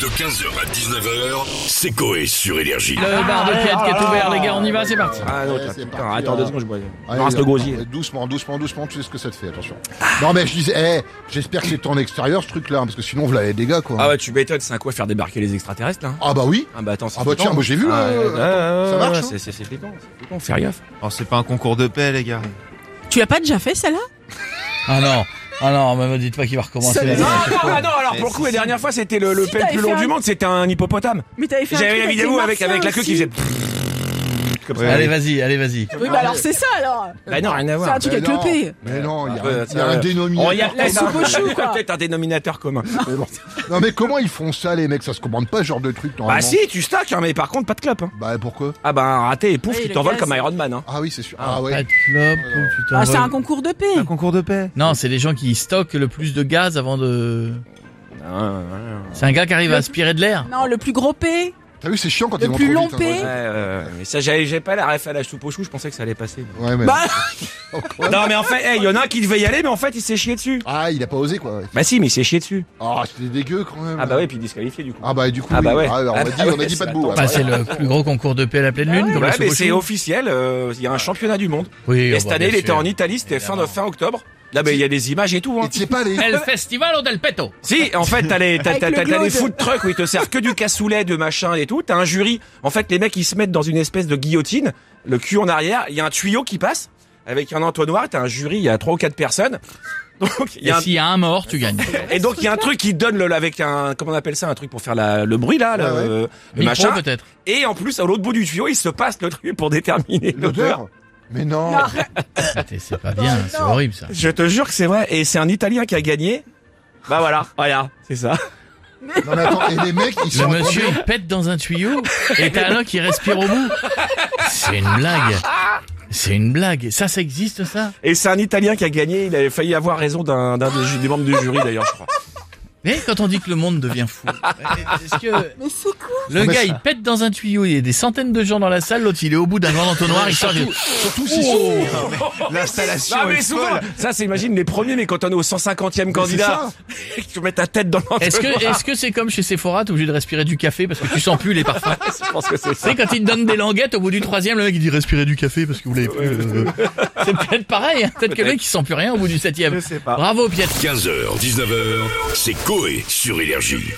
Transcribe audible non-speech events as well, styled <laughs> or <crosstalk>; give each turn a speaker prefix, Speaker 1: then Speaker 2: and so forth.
Speaker 1: De 15h à 19h, c'est Coé sur Énergie.
Speaker 2: Le bar de Piette
Speaker 3: oh
Speaker 2: qui est ouvert, les gars, on y va, c'est parti.
Speaker 3: Ah non,
Speaker 4: Ouais,
Speaker 3: attends,
Speaker 4: c'est
Speaker 3: putain,
Speaker 4: parti,
Speaker 3: attends deux
Speaker 4: hein.
Speaker 3: seconde, je bois.
Speaker 4: Allez,
Speaker 3: Je rase le gosier. là.
Speaker 4: Doucement, doucement, doucement, tu sais ce que ça te fait, attention. Non mais je disais, eh, j'espère que c'est en extérieur ce truc-là, hein, parce que sinon vous l'avez des dégâts quoi.
Speaker 3: Ah ouais, tu m'étonnes, c'est un quoi faire débarquer les extraterrestres là hein
Speaker 4: Ah bah oui
Speaker 3: Ah bah attends, c'est
Speaker 4: Ah bah
Speaker 3: flippant.
Speaker 4: tiens, moi j'ai vu,
Speaker 3: Ah, ouais,
Speaker 4: ouais, ouais, attends,
Speaker 3: ouais,
Speaker 4: ça
Speaker 3: ouais,
Speaker 4: marche,
Speaker 3: ouais,
Speaker 4: hein.
Speaker 3: c'est- C'est c'est flippant, c'est flippant, fais gaffe.
Speaker 5: Alors Oh, c'est pas un concours de paix les gars.
Speaker 6: Tu l'as pas déjà fait celle-là
Speaker 2: Ah non, ah non, mais me dites pas qu'il va recommencer.
Speaker 3: Non,
Speaker 2: la
Speaker 3: non,
Speaker 2: vie.
Speaker 3: bah non, alors pour le coup, la dernière fois, c'était le, le
Speaker 6: Si,
Speaker 3: pet le
Speaker 6: t'avais
Speaker 3: plus
Speaker 6: fait
Speaker 3: long
Speaker 6: un-
Speaker 3: du monde, c'était un hippopotame.
Speaker 6: Mais t'avais fait un
Speaker 3: J'avais
Speaker 6: truc
Speaker 3: la vidéo avec, avec la queue qui faisait. Comme ça.
Speaker 2: Allez, vas-y, allez, vas-y.
Speaker 6: Oui, bah alors c'est ça alors
Speaker 3: Bah non, rien à
Speaker 6: C'est
Speaker 3: voir.
Speaker 6: un truc
Speaker 4: Mais
Speaker 6: avec
Speaker 4: non.
Speaker 6: le P
Speaker 4: Mais non, il y a,
Speaker 3: Ouais,
Speaker 4: un- il y
Speaker 3: ça,
Speaker 4: a un
Speaker 3: ouais.
Speaker 4: dénominateur.
Speaker 3: Oh, il y a
Speaker 6: La soupe au chou,
Speaker 3: il y a
Speaker 6: quoi.
Speaker 3: peut-être un dénominateur <laughs> commun.
Speaker 4: Non mais comment ils font ça les mecs Ça se commande pas ce genre de truc normalement.
Speaker 3: Bah si, tu stacks, hein, mais par contre, pas de clope. hein.
Speaker 4: Bah pourquoi
Speaker 3: Ah bah un raté et pouf,
Speaker 6: Oui,
Speaker 3: tu
Speaker 6: le
Speaker 3: t'envoles
Speaker 6: gaz.
Speaker 3: comme Iron Man. Hein.
Speaker 4: Ah oui c'est sûr. Ah
Speaker 2: Pas
Speaker 4: ouais.
Speaker 2: de clope, oh, putain.
Speaker 6: Ah, c'est un concours de paix
Speaker 5: Un concours de paix.
Speaker 2: Non, c'est les gens qui stockent le plus de gaz avant de.
Speaker 3: Ah,
Speaker 2: C'est un gars qui arrive à aspirer de l'air.
Speaker 6: Non, le plus gros P
Speaker 4: T'as vu c'est chiant quand
Speaker 6: Le
Speaker 4: ils vont
Speaker 6: plus
Speaker 4: trop
Speaker 6: long
Speaker 4: vite, hein,
Speaker 6: P.
Speaker 3: Ouais, ouais, ouais. mais ça, j'avais j'ai pas la ref à la soupe au chou, je pensais que ça allait passer.
Speaker 4: dans les- Ouais, mais...
Speaker 6: Bah
Speaker 3: Non, mais en fait, il y en a un qui devait y aller, mais en fait, il s'est chié dessus.
Speaker 4: Ah il a pas osé quoi. ouais.
Speaker 3: Bah si, mais il s'est chié dessus.
Speaker 4: Ah c'était dégueu quand même.
Speaker 3: Ah bah ouais, puis disqualifié du coup.
Speaker 4: Ah bah et du coup.
Speaker 3: Ah bah
Speaker 4: oui.
Speaker 3: ouais.
Speaker 4: on
Speaker 3: Ah
Speaker 4: a
Speaker 3: bah
Speaker 4: dit, on a
Speaker 3: ouais,
Speaker 4: dit pas de
Speaker 3: c'est-
Speaker 4: bout.
Speaker 3: attends,
Speaker 2: Bah, c'est le plus gros concours de paix à la pleine lune, comme
Speaker 3: ouais,
Speaker 2: la soupe
Speaker 3: mais
Speaker 2: au
Speaker 3: c'est
Speaker 2: chou.
Speaker 3: officiel, euh, il y a un championnat du monde.
Speaker 2: Oui,
Speaker 3: Et
Speaker 2: oh,
Speaker 3: cette
Speaker 2: bah,
Speaker 3: année, il
Speaker 2: bien
Speaker 3: était en
Speaker 2: sûr.
Speaker 3: Italie, c'était fin, de-
Speaker 2: Évidemment.
Speaker 3: fin octobre. Là, mais il y a des images et tout. Hein.
Speaker 4: Et t'y es pas allé
Speaker 2: <laughs> El Festival del Peto.
Speaker 3: Si, en fait, t'as les, t'as,
Speaker 6: Avec
Speaker 3: t'as-
Speaker 6: le
Speaker 3: t'as- t'as les
Speaker 6: glaude.
Speaker 3: food trucks où ils te servent que du cassoulet, de machin et tout. T'as un jury. En fait, les mecs, ils se mettent dans une espèce de guillotine, le cul en arrière. Il y a un tuyau qui passe avec un entonnoir. T'as un jury, il y a trois ou quatre personnes. <laughs> Donc, il y
Speaker 2: Et
Speaker 3: a un-
Speaker 2: s'il y a un mort,
Speaker 3: <laughs>
Speaker 2: tu gagnes.
Speaker 3: et donc, il y a un truc qui donne le, avec un, comment on appelle ça, un truc pour faire la- le bruit, là,
Speaker 4: Ouais,
Speaker 3: le, le
Speaker 2: Micro,
Speaker 3: machin. <laughs>
Speaker 2: peut-être.
Speaker 3: Et en plus, à l'autre bout du tuyau, il se passe le truc pour déterminer l'odeur.
Speaker 4: L'odeur Mais non.
Speaker 6: Non, arrête.
Speaker 2: Putain, C'est pas bien, c'est horrible ça.
Speaker 3: Je te jure que c'est vrai. Et c'est un Italien qui a gagné. Bah voilà, <laughs> voilà, c'est ça.
Speaker 4: Non mais attends, et les mecs ils
Speaker 2: Le
Speaker 4: sont
Speaker 2: monsieur, il pète dans un tuyau
Speaker 3: <laughs>
Speaker 2: et t'as un homme qui respire au bout. C'est une blague. C'est une blague. Ça, ça existe, ça
Speaker 3: Et c'est un Italien qui a gagné. Il avait failli avoir raison d'un d'un des, ju- des membres du jury d'ailleurs, <laughs> je crois.
Speaker 2: Mais quand on dit que le monde devient fou, est-ce que
Speaker 6: Mais c'est quoi
Speaker 2: le
Speaker 4: Non, mais
Speaker 2: gars,
Speaker 4: ça-
Speaker 2: il pète dans un tuyau, il y a des centaines de gens dans la salle, l'autre, il est au bout d'un grand entonnoir, il sort... il-
Speaker 4: surtout si sont-
Speaker 3: Ah
Speaker 5: L'installation
Speaker 3: Oh. mais
Speaker 5: est
Speaker 3: souvent,
Speaker 5: folle.
Speaker 3: ça c'est imagine les premiers, mais quand on est au 150e candidat, que <laughs> tu mets ta tête dans l'entrée. <laughs>
Speaker 2: Est-ce que est-ce que c'est comme chez Sephora, t'es obligé de respirer du café parce que tu sens plus les parfums
Speaker 3: je pense que c'est
Speaker 2: Tu
Speaker 3: ça
Speaker 2: sais, quand ils te donnent des languettes, au bout du troisième, le mec, il dit respirez du café parce que vous l'avez plus. euh, C'est peut-être pareil, hein. peut-être que le mec, il sent plus rien au bout du septième.
Speaker 3: Je sais pas.
Speaker 2: Bravo, Piet.
Speaker 1: 15h, 19h, c'est Coé sur Énergie.